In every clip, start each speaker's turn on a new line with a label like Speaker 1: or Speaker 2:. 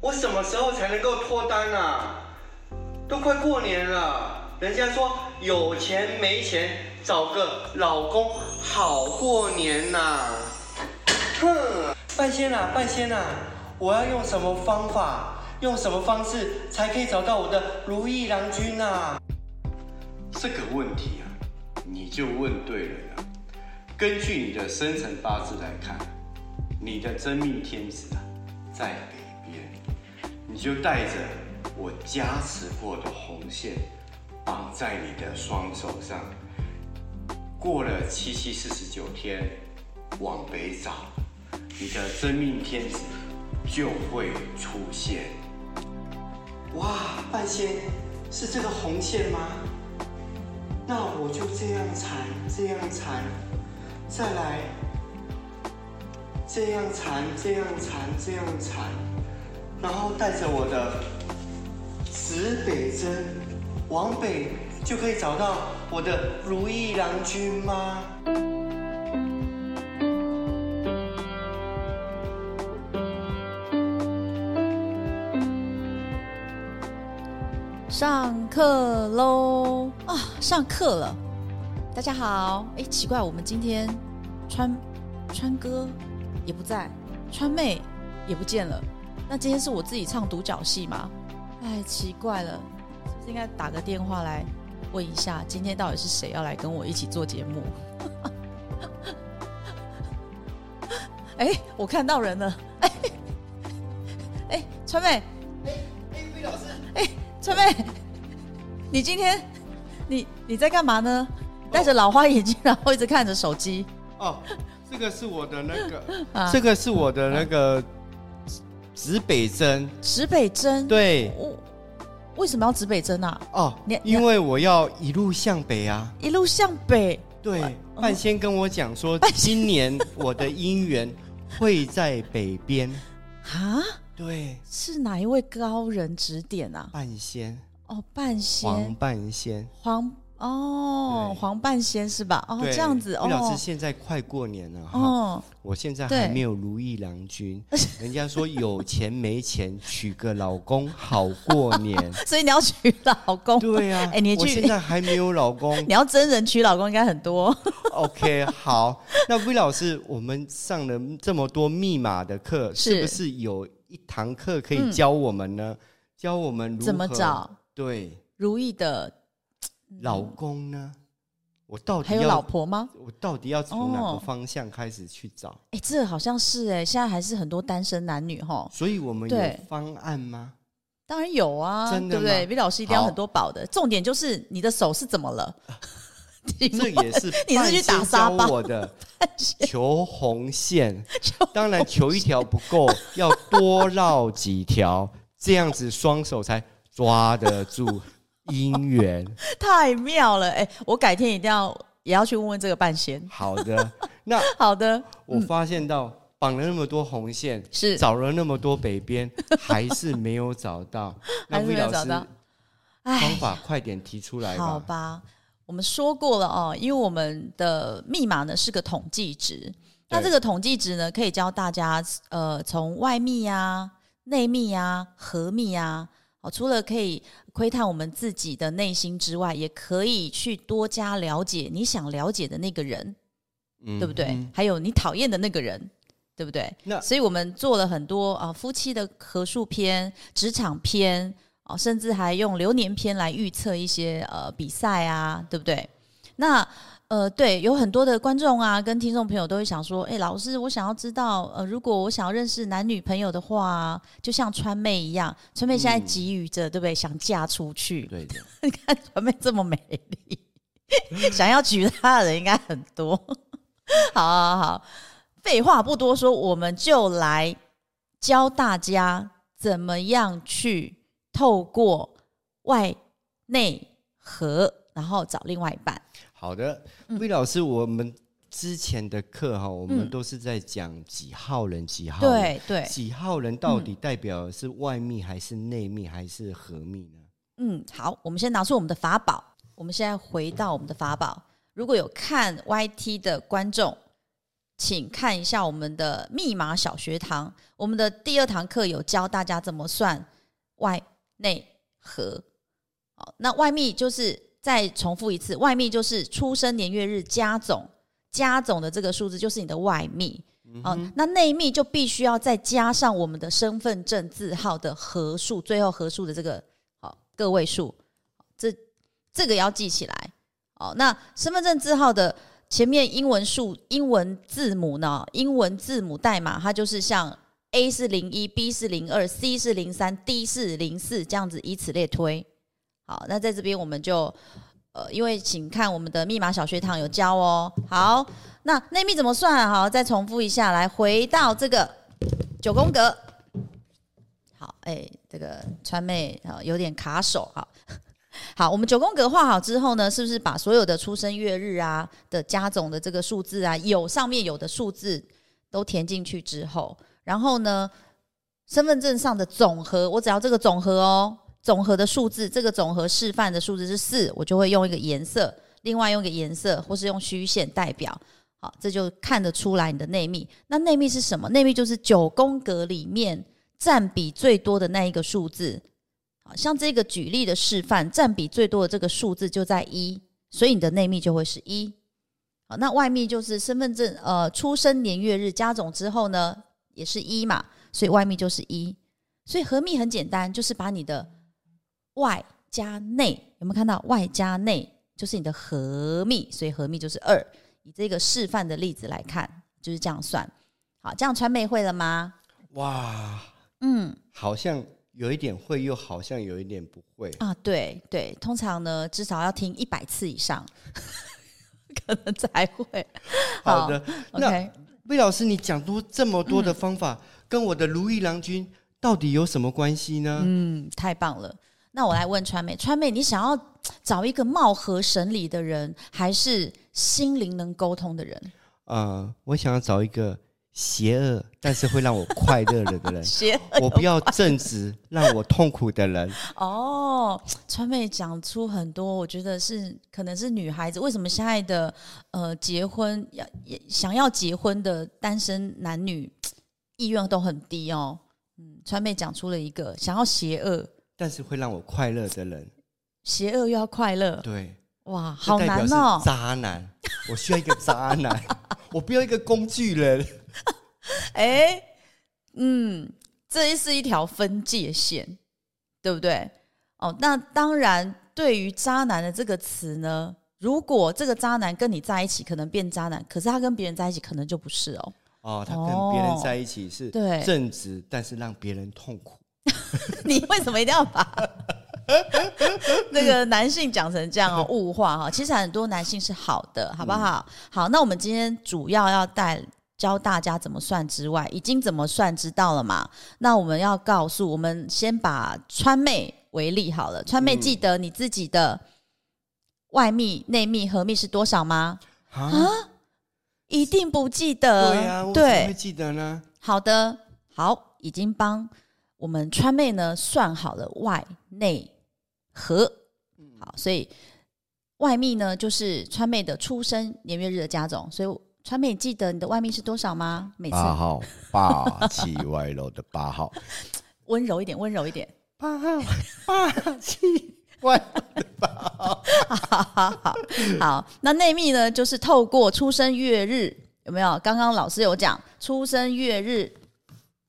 Speaker 1: 我什么时候才能够脱单啊？都快过年了，人家说有钱没钱找个老公好过年呐、哼，半仙啊，半仙啊，我要用什么方法，用什么方式才可以找到我的如意郎君啊？
Speaker 2: 这个问题啊，你就问对了啦。根据你的生辰八字来看，你的真命天子啊在北边，你就带着我加持过的红线绑在你的双手上。过了七七四十九天，往北找，你的真命天子就会出现。
Speaker 1: 哇，半仙是这个红线吗？那我就这样缠，这样缠，再来，这样缠，这样缠，这样缠，然后带着我的指北针往北，就可以找到我的如意郎君吗？
Speaker 3: 上课喽！啊，上课了，大家好。哎，奇怪，我们今天川川哥也不在，川妹也不见了。那今天是我自己唱独角戏吗？哎，奇怪了，是不是应该打个电话来问一下，今天到底是谁要来跟我一起做节目？ 哎，我看到人了。哎哎，川妹，
Speaker 1: 哎，魏老师，
Speaker 3: 川妹，你今天你你在干嘛呢？戴着老花眼镜，然后一直看着手机
Speaker 2: 哦，这个是我的那个。
Speaker 3: 啊。
Speaker 2: 这个是我的那个指北针，
Speaker 3: 指北针，，
Speaker 2: 对
Speaker 3: 我为什么要指北针啊？
Speaker 2: 哦
Speaker 3: 你你
Speaker 2: 因为我要一路向北啊。
Speaker 3: 一路向北，
Speaker 2: 对，半仙跟我讲说，
Speaker 3: 半仙
Speaker 2: 今年我的姻缘会在北边。
Speaker 3: 啊，
Speaker 2: 对，
Speaker 3: 是哪一位高人指点啊？
Speaker 2: 半仙，
Speaker 3: 哦，半
Speaker 2: 黄
Speaker 3: 仙
Speaker 2: 半仙。
Speaker 3: 黄哦，
Speaker 2: 对
Speaker 3: 黄半仙是吧？哦，
Speaker 2: 对
Speaker 3: 这样子
Speaker 2: 魏老师
Speaker 3: 哦，
Speaker 2: 现在快过年了哈，
Speaker 3: 哦，
Speaker 2: 我现在
Speaker 3: 对
Speaker 2: 还没有如意郎 君。人家说有钱没钱娶个老公好过 年。
Speaker 3: 所以你要娶老公，
Speaker 2: 对啊，
Speaker 3: 哎你
Speaker 2: 我
Speaker 3: 去
Speaker 2: 现在还没有老公，
Speaker 3: 你要真人娶老公应该很多。
Speaker 2: OK，好，那魏老师，我们上了这么多密码的课，
Speaker 3: 是
Speaker 2: 是不是有一堂课可
Speaker 3: 嗯
Speaker 2: 以教我们呢？教我们如何
Speaker 3: 怎么找
Speaker 2: 对
Speaker 3: 如意的
Speaker 2: 老公呢？我到底
Speaker 3: 还有
Speaker 2: 要
Speaker 3: 老婆吗？
Speaker 2: 我到底要从哪
Speaker 3: 哦
Speaker 2: 个方向开始去找？
Speaker 3: 哎、这好像是哎、现在还是很多单身男女哈。
Speaker 2: 所以我们
Speaker 3: 对
Speaker 2: 有方案吗？
Speaker 3: 当然有啊，
Speaker 2: 真的
Speaker 3: 对不
Speaker 2: 吗
Speaker 3: 对？V 老师一定要
Speaker 2: 好
Speaker 3: 很多宝的，重点就是你的手是怎么 了？请
Speaker 2: 这
Speaker 3: 问
Speaker 2: 也是
Speaker 3: 你是去打沙
Speaker 2: 半仙
Speaker 3: 包
Speaker 2: 教我的求红线，当然求一条不够，要多绕几条，这样子双手才抓得住姻 缘。
Speaker 3: 太妙了！哎、我改天一定要也要去问问这个半仙。
Speaker 2: 好的，那
Speaker 3: 好的，
Speaker 2: 我发现到绑了那么多红线，
Speaker 3: 是
Speaker 2: 找了那么多北边，还是没有找到。那
Speaker 3: 还是没
Speaker 2: 魏
Speaker 3: 有
Speaker 2: 老
Speaker 3: 找
Speaker 2: 师，
Speaker 3: 到
Speaker 2: 方
Speaker 3: 哎，
Speaker 2: 法快点提出来
Speaker 3: 好
Speaker 2: 吧。
Speaker 3: 吧，我们说过了哦，因为我们的密码呢是个统计值，那
Speaker 2: 对
Speaker 3: 这个统计值呢可以教大家呃从外密啊、内密啊、合密啊，哦，除了可以窥探我们自己的内心之外，也可以去多加了解你想了解的那个人，
Speaker 2: 嗯
Speaker 3: 对不对？
Speaker 2: 嗯
Speaker 3: 还有你讨厌的那个人，对不对？
Speaker 2: 那
Speaker 3: 所以我们做了很多啊、呃夫妻的合数篇、职场篇哦、甚至还用流年篇来预测一些呃比赛啊，对不对？那呃，对，有很多的观众啊，跟听众朋友都会想说，哎，老师，我想要知道，呃，如果我想要认识男女朋友的话啊，就像川妹一样，川妹现在
Speaker 2: 嗯
Speaker 3: 急于着，对不对？想嫁出去，
Speaker 2: 对的，
Speaker 3: 你看传妹这么美丽， 想要娶她的人应该很多。 好好好，废话不多说，我们就来教大家怎么样去透过外内合，然后找另外一半。
Speaker 2: 好的，
Speaker 3: 嗯
Speaker 2: 魏老师，我们之前的课哈，我们
Speaker 3: 嗯
Speaker 2: 都是在讲几号人，几号人
Speaker 3: 对对，嗯
Speaker 2: 几号人到底代表的是外密还是内密还是合密呢？
Speaker 3: 嗯，好，我们先拿出我们的法宝。我们现在回到我们的法宝。如果有看 YT 的观众，请看一下我们的密码小学堂，我们的第二堂课有教大家怎么算外内和。好，那外密就是再重复一次，外密就是出生年月日加总，加总的这个数字就是你的外密。哦、那内密就必须要再加上我们的身份证字号的合数，最后合数的这个好个位数，这这个要记起来。哦，那身份证字号的前面英文数、英文字母呢？英文字母代码它就是像 A 是零一，B 是零二，C 是零三，D 是零四，这样子以此类推。好，那在这边我们就呃，因为请看我们的密码小学堂有教哦。好，那内密怎么算、啊？好，再重复一下，来回到这个九宫格。好，哎、这个川妹啊有点卡手，好。 好，我们九宫格画好之后呢，是不是把所有的出生月日啊的加总的这个数字啊，有上面有的数字都填进去之后，然后呢，身份证上的总和，我只要这个总和哦， 总和的数字，这个总和示范的数字是四，我就会用一个颜色，另外用一个颜色，或是用虚线代表。好，这就看得出来你的内密。那内密是什么？内密就是九宫格里面占比最多的那一个数字。好像这个举例的示范，占比最多的这个数字就在一，所以你的内密就会是一。好，那外密就是身份证呃出生年月日加总之后呢，也是一嘛，所以外密就是一。所以合密很简单，就是把你的外加内，有没有看到外加内就是你的合密，所以合密就是二。以这个示范的例子来看，就是这样算。好，这样川妹会了吗？
Speaker 2: 哇，
Speaker 3: 嗯，
Speaker 2: 好像有一点会，又好像有一点不会。
Speaker 3: 啊，对对，通常呢，至少要听一百次以上， 可能才会。
Speaker 2: 好的，那
Speaker 3: OK，嗯
Speaker 2: 魏老师，你讲多这么多的方法，跟我的如意郎君到底有什么关系呢？
Speaker 3: 嗯，太棒了。那我来问川妹，川妹，你想要找一个貌合神离的人，还是心灵能沟通的人？，
Speaker 2: 呃，我想要找一个邪恶但是会让我快乐的人
Speaker 3: 邪
Speaker 2: 我不要正直让我痛苦的人。
Speaker 3: 哦，川妹讲出很多，我觉得是可能是女孩子为什么现在的呃结婚要也想要结婚的单身男女意愿都很低哦。嗯，川妹讲出了一个想要邪恶，
Speaker 2: 但是会让我快乐的人，
Speaker 3: 邪恶又要快乐，
Speaker 2: 对，
Speaker 3: 哇，
Speaker 2: 这
Speaker 3: 呃好
Speaker 2: 代表
Speaker 3: 难
Speaker 2: 是
Speaker 3: 哦。
Speaker 2: 渣男，我需要一个渣 男，我不要一个工具人。
Speaker 3: 哎、嗯，这是一条分界线，对不对？哦，那当然，对于“渣男”的这个词呢，如果这个渣男跟你在一起，可能变渣男，可是他跟别人在一起，可能就不是哦。
Speaker 2: 哦，他
Speaker 3: 哦
Speaker 2: 跟别人在一起是
Speaker 3: 对
Speaker 2: 正直，但是让别人痛苦。
Speaker 3: 你为什么一定要把那个男性讲成这样哦，物化哈、其实很多男性是好
Speaker 2: 嗯
Speaker 3: 的，好不好？好，那我们今天主要要带教大家怎么算之外，已经怎么算知道了嘛？那我们要告诉我们，先把川妹为例好了，川妹
Speaker 2: 嗯
Speaker 3: 记得你自己的外密、内密、合密是多少吗？
Speaker 2: 啊，
Speaker 3: 一定不记得，
Speaker 2: 对啊呀，我怎么
Speaker 3: 对
Speaker 2: 会记得呢？
Speaker 3: 好的，好，已经帮我们川妹呢算好了外内和，好，所以外密呢就是川妹的出生年月日的加总，所以川妹你记得你的外密是多少吗？每次
Speaker 2: 号，霸气外露的八号，
Speaker 3: 温柔一点，温柔一点，
Speaker 2: 八号，霸气外露。
Speaker 3: 好好好，好，那内密呢就是透过出生月日有没有？刚刚老师有讲出生月日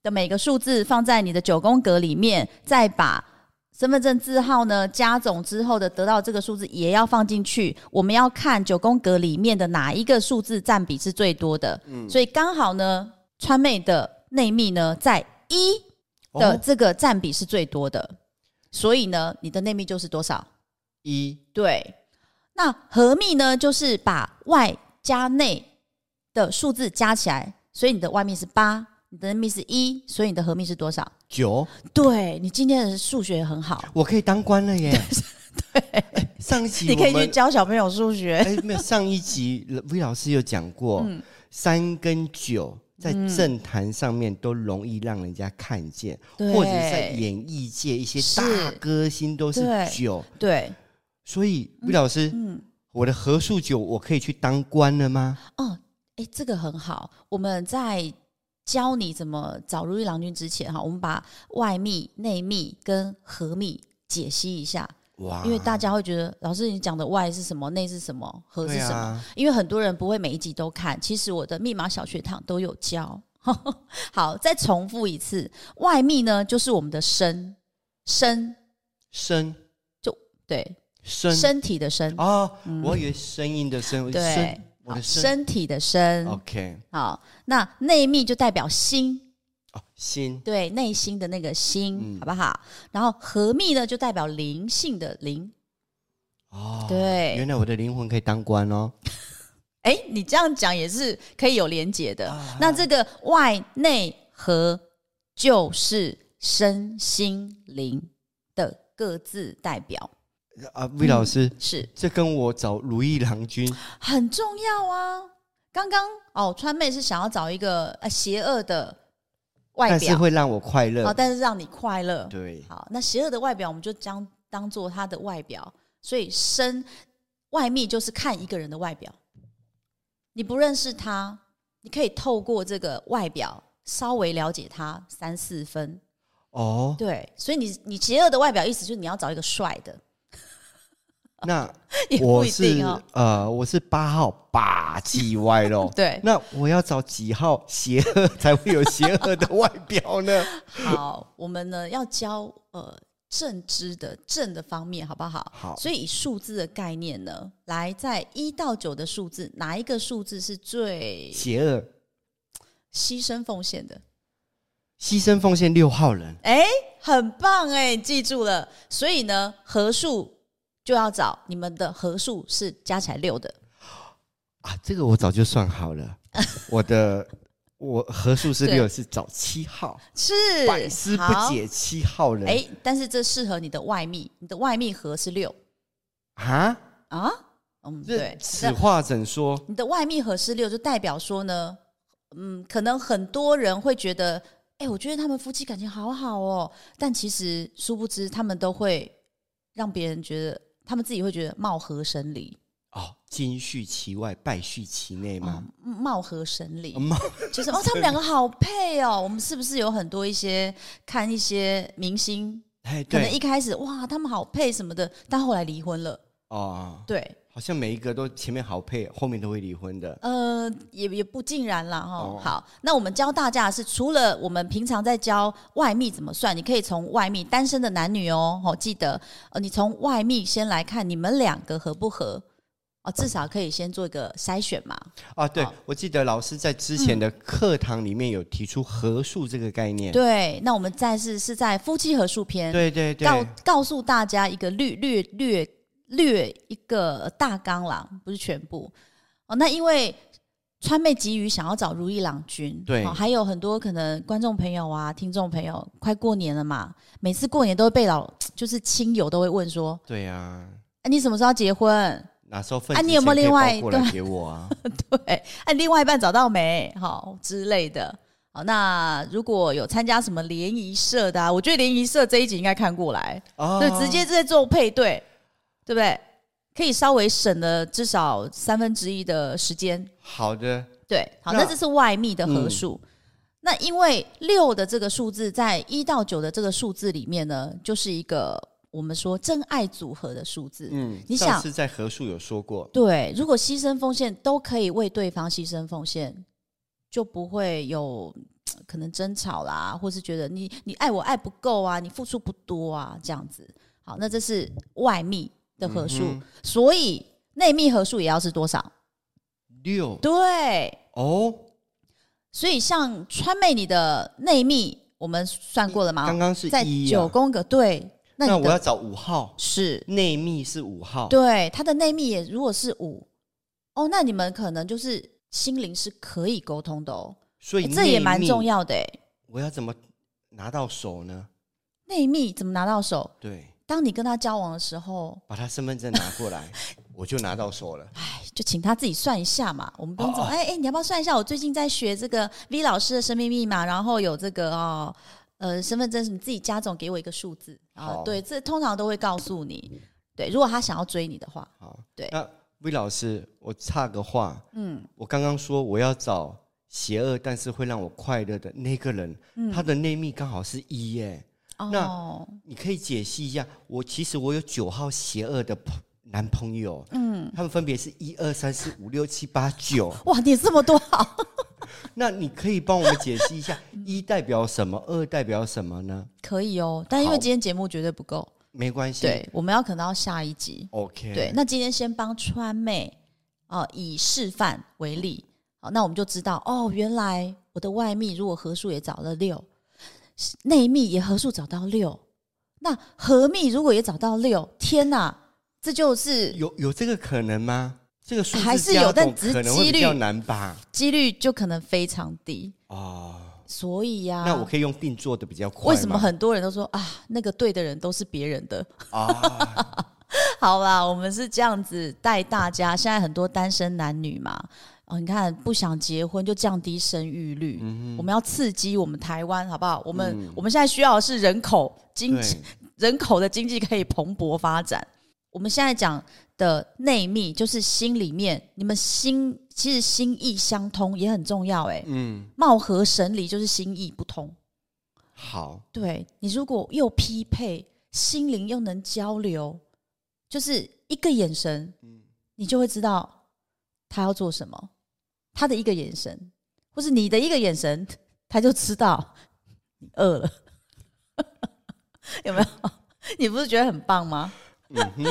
Speaker 3: 的每个数字放在你的九宫格里面，再把身份证字号呢加总之后的得到这个数字也要放进去。我们要看九宫格里面的哪一个数字占比是最多的，所以刚好呢，川妹的内密呢在一的
Speaker 2: 哦
Speaker 3: 这个占比是最多的，所以呢，你的内密就是多少？
Speaker 2: 一
Speaker 3: 对，那合密呢，就是把外加内的数字加起来，所以你的外密是八，你的内密是一，所以你的合密是多少？
Speaker 2: 九，
Speaker 3: 对你今天的数学很好，
Speaker 2: 我可以当官了 耶！对，上一集
Speaker 3: 你可以
Speaker 2: 我们
Speaker 3: 去教小朋友数学。
Speaker 2: 哎，没有，上一集魏老师有讲过，
Speaker 3: 嗯
Speaker 2: 三跟九在政坛上面都容易让人家看见，
Speaker 3: 对
Speaker 2: 或者是在演艺界一些大
Speaker 3: 是
Speaker 2: 歌星都是
Speaker 3: 对嗯
Speaker 2: 九，
Speaker 3: 对，
Speaker 2: 所以魏老师，我的合数九我可以去当官了吗？
Speaker 3: 哦，哎，这个很好。我们在教你怎么找如意郎君之前，哈，我们把外密、内密跟合密解析一下，
Speaker 2: 哇，
Speaker 3: 因为大家会觉得老师你讲的外是什么，内是什么，合是
Speaker 2: 对
Speaker 3: 什么。
Speaker 2: 啊，
Speaker 3: 因为很多人不会每一集都看，其实我的密码小学堂都有教。 好，再重复一次，外密呢就是我们的身，身
Speaker 2: 声
Speaker 3: 对
Speaker 2: 声
Speaker 3: 身体的身，
Speaker 2: 哦，我以为声音的声，我
Speaker 3: 嗯对哦
Speaker 2: 声，我
Speaker 3: 好
Speaker 2: 的哦声
Speaker 3: 身体的身。
Speaker 2: ，OK，
Speaker 3: 好，那内密就代表心，
Speaker 2: 哦，心
Speaker 3: 对内心的那个心，
Speaker 2: 嗯
Speaker 3: 好不好？然后合密呢就代表灵性的灵。
Speaker 2: 哦，
Speaker 3: 对
Speaker 2: 原来我的灵魂可以当官哦，
Speaker 3: 哎，你这样讲也是可以有连结的。那这个外内合就是身心灵的各自代表，
Speaker 2: 啊魏老师，
Speaker 3: 是
Speaker 2: 这跟我找如意郎君
Speaker 3: 很重要啊。刚刚哦，川妹是想要找一个呃邪恶的外
Speaker 2: 但是
Speaker 3: 表，
Speaker 2: 会让我快
Speaker 3: 好、
Speaker 2: 乐，
Speaker 3: 但是让你快乐。
Speaker 2: 对，
Speaker 3: 好，那邪恶的外表我们就将当做他的外表，所以身外密就是看一个人的外表。你不认识他，你可以透过这个外表稍微了解他三四分。
Speaker 2: 哦，
Speaker 3: 对，所以你你邪恶的外表意思就是你要找一个帅的，
Speaker 2: 那
Speaker 3: 也 不
Speaker 2: 我
Speaker 3: 一
Speaker 2: 是
Speaker 3: 定哦。，
Speaker 2: 呃，我是八号八季歪喽
Speaker 3: 对，
Speaker 2: 那我要找几号邪恶才会有邪恶的外表 呢？
Speaker 3: 好，我们呢要教呃正知的正的方面，好不好？
Speaker 2: 好
Speaker 3: 所以以数字的概念呢，来在一到九的数字，哪一个数字是最
Speaker 2: 邪恶
Speaker 3: 牺牲奉献的？
Speaker 2: 牺牲奉献六号人，
Speaker 3: 哎，很棒哎，记住了。所以呢，合数就要找你们的合数是加起来六的。
Speaker 2: 啊，这个我早就算好 了，我的我合数是
Speaker 3: 对
Speaker 2: 六，是找七号，
Speaker 3: 是
Speaker 2: 百思不
Speaker 3: 好
Speaker 2: 解七号人。
Speaker 3: 哎，但是这适合你的外密，你的外密合是六
Speaker 2: 啊，
Speaker 3: 啊。嗯，
Speaker 2: 这
Speaker 3: 对，
Speaker 2: 此
Speaker 3: 那
Speaker 2: 话怎说？
Speaker 3: 你的外密合是六，就代表说呢，嗯，可能很多人会觉得，哎，我觉得他们夫妻感情好好哦，但其实殊不知他们都会让别人觉得，他们自己会觉得貌合神离，
Speaker 2: 哦，金续其外，败絮其内吗？
Speaker 3: 嗯貌合神离。
Speaker 2: 妈、
Speaker 3: 就是哦，他们两个好配哦。我们是不是有很多一些看一些明星，
Speaker 2: 哎，
Speaker 3: 可能
Speaker 2: 对
Speaker 3: 一开始哇，他们好配什么的，但后来离婚了。
Speaker 2: 哦，
Speaker 3: 对，
Speaker 2: 好像每一个都前面好配，后面都会离婚的。
Speaker 3: 呃，也也不尽然啦哈、
Speaker 2: 哦
Speaker 3: 好，那我们教大家的是，除了我们平常在教外密怎么算，你可以从外密单身的男女哦，哦，记得呃，你从外密先来看你们两个合不合哦，至少可以先做一个筛选嘛。
Speaker 2: 啊，对
Speaker 3: 好，嗯
Speaker 2: 我记得老师在之前的课堂里面有提出合数这个概念。
Speaker 3: 对，那我们再是是在夫妻合数篇，
Speaker 2: 对对对，
Speaker 3: 告告诉大家一个略略略略一个大纲啦，不是全部哦。那因为川妹急于想要找如意郎君，
Speaker 2: 对
Speaker 3: 哦，还有很多可能观众朋友啊、听众朋友，快过年了嘛，每次过年都会被老就是亲友都会问说，
Speaker 2: 对啊，
Speaker 3: 哎、你什么时候要结婚？
Speaker 2: 哪时候份
Speaker 3: 啊
Speaker 2: 子
Speaker 3: 你有没有
Speaker 2: 钱可以
Speaker 3: 另外
Speaker 2: 包过来
Speaker 3: 对
Speaker 2: 给我啊？
Speaker 3: 对，哎，另外一半找到没？好之类的。好，那如果有参加什么联谊社的、啊，我觉得联谊社这一集应该看过来。
Speaker 2: 啊
Speaker 3: 对，直接在做配对，对不对？可以稍微省了至少三分之一的时间。
Speaker 2: 哦好的，
Speaker 3: 对，好，
Speaker 2: 那
Speaker 3: 那这是外密的合数。那因为六的这个数字在一到九的这个数字里面呢，就是一个我们说真爱组合的数字。
Speaker 2: 嗯，
Speaker 3: 你
Speaker 2: 上
Speaker 3: 想
Speaker 2: 次在合数有说过，
Speaker 3: 对，如果牺牲奉献都可以为对方牺牲奉献，就不会有嘖可能争吵啦，或是觉得你你爱我爱不够啊，你付出不多啊这样子。好，那这是外密的合数，
Speaker 2: 嗯
Speaker 3: 所以内密合数也要是多少？
Speaker 2: 六
Speaker 3: 对，
Speaker 2: 哦，
Speaker 3: 所以像川妹你的内密，我们算过了吗？
Speaker 2: 刚刚是
Speaker 3: 在
Speaker 2: 一啊
Speaker 3: 九宫格，对，那
Speaker 2: 那
Speaker 3: 你
Speaker 2: 我要
Speaker 3: 的
Speaker 2: 找五号，
Speaker 3: 是
Speaker 2: 内密是五号，
Speaker 3: 对，它的内密也如果是五，哦，那你们可能就是心灵是可以沟通的哦，
Speaker 2: 所以
Speaker 3: 诶这也
Speaker 2: 内
Speaker 3: 蛮
Speaker 2: 密
Speaker 3: 重。要的诶。
Speaker 2: 我要怎么拿到手呢？
Speaker 3: 内密怎么拿到手？
Speaker 2: 对，
Speaker 3: 当你跟他交往的时候，
Speaker 2: 把他身份证拿过来，我就拿到手了。
Speaker 3: 哎，就请他自己算一下嘛。我们不用说，
Speaker 2: 哦哦
Speaker 3: 哎、哎、你要不要算一下？我最近在学这个 V 老师的生命密码，然后有这个哦，呃，身份证，你自己加总给我一个数字啊
Speaker 2: 好。
Speaker 3: 对，这通常都会告诉你。对，如果他想要追你的话，
Speaker 2: 好，
Speaker 3: 对
Speaker 2: 那魏老师，我插个话，嗯，我刚刚说我要找邪恶但是会让我快乐的那个人，他的内密刚好是一耶，那
Speaker 3: 哦，
Speaker 2: 你可以解析一下。我其实我有九号邪恶的朋男朋友，嗯，他们分别是一二三四五六七八九，
Speaker 3: 哇，你这么多好，
Speaker 2: 那你可以帮我们解析一下一代表什么，二代表什么呢？
Speaker 3: 可以哦。但因为
Speaker 2: 好
Speaker 3: 今天节目绝对不够，
Speaker 2: 没关系，
Speaker 3: 对，我们要可能要下一集。
Speaker 2: ，OK，
Speaker 3: 对，那今天先帮川妹哦、呃以示范为例，好，那我们就知道哦，原来我的外密如果合数也找了六，内密也合数找到六，那合密如果也找到六，天哪，这就是
Speaker 2: 有有这个可能吗？这个数字
Speaker 3: 还是
Speaker 2: 加
Speaker 3: 有但
Speaker 2: 总
Speaker 3: 只是
Speaker 2: 可能
Speaker 3: 几
Speaker 2: 会
Speaker 3: 率
Speaker 2: 比较难吧？
Speaker 3: 几率就可能非常低，
Speaker 2: 哦，
Speaker 3: 所以呀、
Speaker 2: 那我可以用定做的比较快吗。
Speaker 3: 啊为什么很多人都说啊，那个对的人都是别人的？
Speaker 2: 啊？
Speaker 3: 好啦，我们是这样子带大家，现在很多单身男女嘛，哦，你看不想结婚就降低生育率，
Speaker 2: 嗯
Speaker 3: 我们要刺激我们台湾，好不好？我们、我们现在需要的是人口经
Speaker 2: 对
Speaker 3: 济，人口的经济可以蓬勃发展。我们现在讲的内密，就是心里面，你们心其实心意相通也很重要、欸。哎，
Speaker 2: 嗯，
Speaker 3: 貌合神离就是心意不通。
Speaker 2: 好，
Speaker 3: 对你如果又匹配，心灵又能交流，就是一个眼神，你就会知道他要做什么。他的一个眼神，或是你的一个眼神，他就知道你饿了，有没有？ 你不是觉得很棒吗？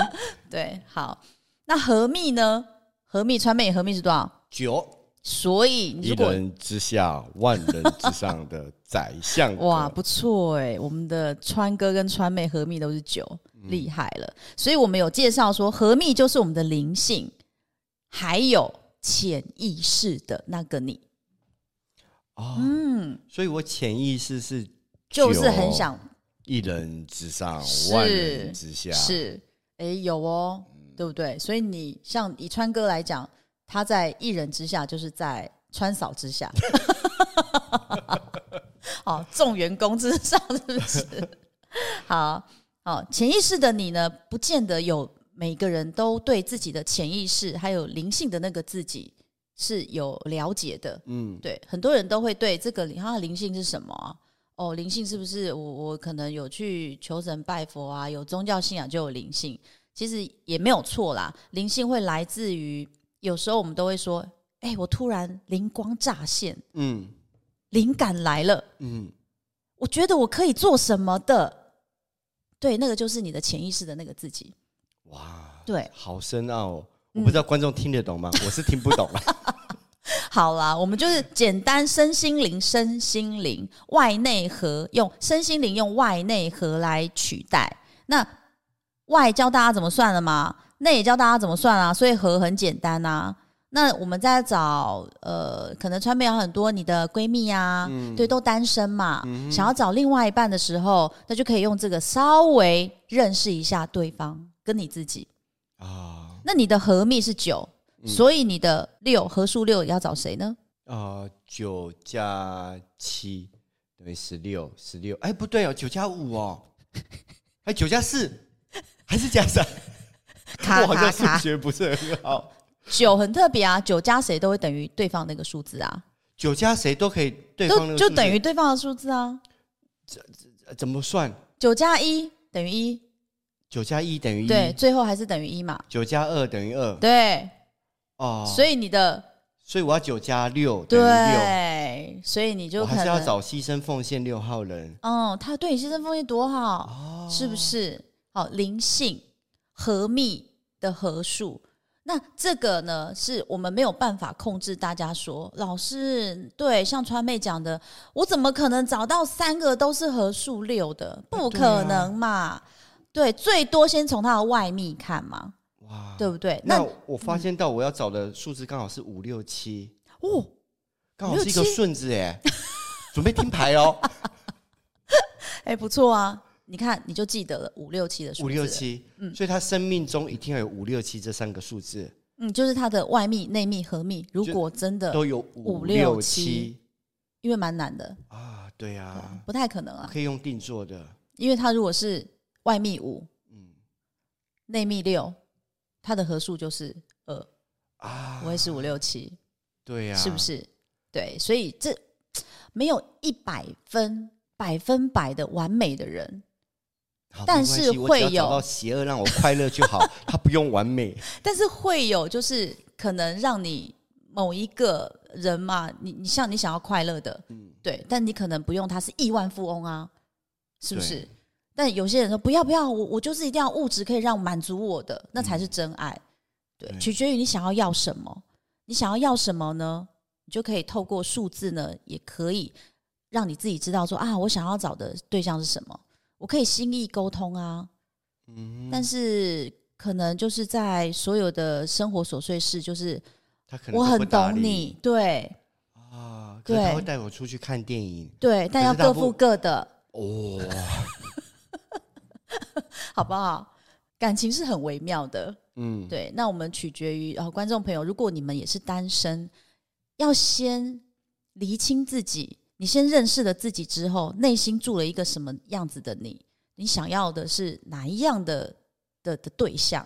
Speaker 3: 对，好。那何蜜呢？何蜜川妹何蜜是多少？
Speaker 2: 九。
Speaker 3: 所以你
Speaker 4: 一
Speaker 3: 如果
Speaker 4: 人之下，万人之上的宰相格
Speaker 3: 哇，不错哎，我们的川哥跟川妹合密都是九，厉害了。所以我们有介绍说，合密就是我们的灵性，还有潜意识的那个你，
Speaker 2: 哦，
Speaker 3: 嗯，
Speaker 2: 所以我潜意识是
Speaker 3: 就是哦很
Speaker 2: 九
Speaker 3: 想
Speaker 4: 一人之上，
Speaker 3: 是
Speaker 4: 万人之下，
Speaker 3: 是，哎，有哦，对不对？所以你像以川哥来讲，他在一人之下，就是在川嫂之下， 哦，众员工之上，是不是？ 好，哦，潜意识的你呢，不见得有每个人都对自己的潜意识还有灵性的那个自己是有了解的，
Speaker 2: 嗯，
Speaker 3: 对，很多人都会对这个它的灵性是什么啊？哦，灵性是不是我我可能有去求神拜佛啊，有宗教信仰就有灵性？其实也没有错啦，灵性会来自于有时候我们都会说，哎、我突然灵光乍现，
Speaker 2: 嗯
Speaker 3: 灵感来了，
Speaker 2: 嗯，
Speaker 3: 我觉得我可以做什么的。对，那个就是你的潜意识的那个自己。
Speaker 2: 哇，
Speaker 3: 对，
Speaker 2: 好深奥、哦，我
Speaker 3: 嗯
Speaker 2: 不知道观众听得懂吗？我是听不 懂了。
Speaker 3: 好啦，我们就是简单身心灵，身心灵外内合，用身心灵用外内合来取代。那外教大家怎么算了吗？内也教大家怎么算啊，所以合很简单啊。那我们在找呃，可能川妹有很多你的闺蜜啊，对，都单身嘛，想要找另外一半的时候，那就可以用这个稍微认识一下对方跟你自己。
Speaker 2: 啊
Speaker 3: 那你的合密是九、所以你的六合数六要找谁呢？
Speaker 2: 啊，九加七等于十六，十六，哎，不对哦，九加五哦， 哎，九加四还是加 三？
Speaker 3: 卡
Speaker 2: 我好
Speaker 3: 卡
Speaker 2: 像数
Speaker 3: 卡，
Speaker 2: 学不是很好。
Speaker 3: 九很特别啊，九加谁都会等于对方那个数字啊，
Speaker 2: 九加谁都可以，对方那
Speaker 3: 都
Speaker 2: 个
Speaker 3: 就
Speaker 2: 数字
Speaker 3: 等于对方的数字啊，
Speaker 2: 呃怎么算？
Speaker 3: 九加一等于一，
Speaker 2: 九加一等于一，
Speaker 3: 对，最后还是等于一嘛，
Speaker 2: 九加二等于二，
Speaker 3: 对，
Speaker 2: 哦，所
Speaker 3: 所
Speaker 2: 以
Speaker 3: 以你的
Speaker 2: 我要九加六等于六，
Speaker 3: 对，所以你就
Speaker 2: 我还
Speaker 3: 可
Speaker 2: 是要
Speaker 3: 能，
Speaker 2: 找牺牲奉献六号人
Speaker 3: 嗯，他对你牺牲奉献多好，
Speaker 2: 哦
Speaker 3: 是不？是？好，灵性合密的合数。那这个呢，是我们没有办法控制大家说，老师对像川妹讲的，我怎么可能找到三个都是合数六的？不可能嘛！对，最多先从它的外密看嘛，
Speaker 2: 哇，
Speaker 3: 对不对？那
Speaker 2: 那我发现到我要找的数字刚好是五六七，
Speaker 3: 哦，
Speaker 2: 刚好是一个
Speaker 3: 567
Speaker 2: 顺子哎，准备听牌哦，
Speaker 3: 哎，不错啊！你看，你就记得了五六七的数字，
Speaker 2: 五六，七，所以他生命中一定要有五六七这三个数字，
Speaker 3: 嗯，就是它的外密、内密、合密。如
Speaker 2: 就
Speaker 3: 果真的，
Speaker 2: 都有
Speaker 3: 呃五
Speaker 2: 五
Speaker 3: 六
Speaker 2: 六
Speaker 3: 七
Speaker 2: 七
Speaker 3: 因为蛮难的，
Speaker 2: 啊，对啊，
Speaker 3: 不太可能啊。
Speaker 2: 可以用定做的，
Speaker 3: 因为它如果是外密五，
Speaker 2: 嗯，
Speaker 3: 内密六，它的合数就是二，
Speaker 2: 啊
Speaker 3: 我，会是五六七，
Speaker 2: 对啊呀、
Speaker 3: 是不？是？对，所以这没有一百分、百分百的完美的人，
Speaker 2: 好
Speaker 3: 但
Speaker 2: 没关
Speaker 3: 是
Speaker 2: 系我
Speaker 3: 会
Speaker 2: 只要
Speaker 3: 有
Speaker 2: 找到邪恶让我快乐就 好，它不用完美。
Speaker 3: 但是会有就是可能让你某一个人嘛，你你像你想要快乐的，
Speaker 2: 嗯，
Speaker 3: 对，但你可能不用他是亿万富翁啊，是不
Speaker 2: 对
Speaker 3: 是？但有些人说不要不要，我我就是一定要物质可以让满足我的，那才是真爱。对，
Speaker 2: 嗯对
Speaker 3: 取决于你想要要什么，你想要要什么呢？你就可以透过数字呢，也可以让你自己知道说啊，我想要找的对象是什么，我可以心意沟通啊。
Speaker 2: 嗯，
Speaker 3: 但是可能就是在所有的生活琐碎事，就是
Speaker 2: 他可能
Speaker 3: 我
Speaker 2: 都
Speaker 3: 很
Speaker 2: 不搭
Speaker 3: 懂
Speaker 2: 理
Speaker 3: 你，对
Speaker 2: 啊，可是他
Speaker 3: 对
Speaker 2: 会带我出去看电影
Speaker 3: 对，但
Speaker 2: 可
Speaker 3: 要
Speaker 2: 是大
Speaker 3: 各
Speaker 2: 部
Speaker 3: 付各的。
Speaker 2: 哦，
Speaker 3: 好不好？感情是很微妙的，
Speaker 2: 嗯，
Speaker 3: 对。那我们取决于啊、呃观众朋友，如果你们也是单身，要先厘清自己，你先认识了自己之后，内心住了一个什么样子的你，你想要的是哪一样的的的对象，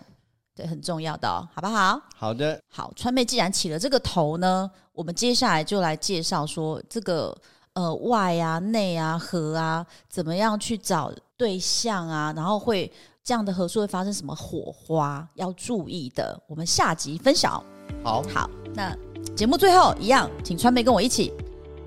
Speaker 3: 对，很重要的、哦，好不好？
Speaker 2: 好的，
Speaker 3: 好，川妹既然起了这个头呢，我们接下来就来介绍说这个呃外啊、内啊、合啊，怎么样去找对象啊，然后会这样的合作会发生什么火花，要注意的，我们下集分享。哦
Speaker 2: 好，
Speaker 3: 好，那节目最后一样，请川妹跟我一起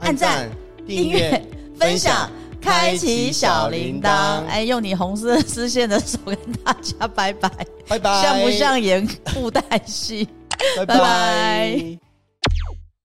Speaker 3: 按赞、
Speaker 2: 订阅、
Speaker 3: 分享。开
Speaker 2: 开
Speaker 3: 启
Speaker 2: 启
Speaker 3: 小
Speaker 2: 小
Speaker 3: 铃
Speaker 2: 铃
Speaker 3: 铛
Speaker 2: 铛，
Speaker 3: 哎，用你红色丝线的手跟大家拜拜，
Speaker 2: 拜拜，
Speaker 3: 像不像演布袋戏？
Speaker 2: 拜
Speaker 3: 拜拜
Speaker 2: 拜。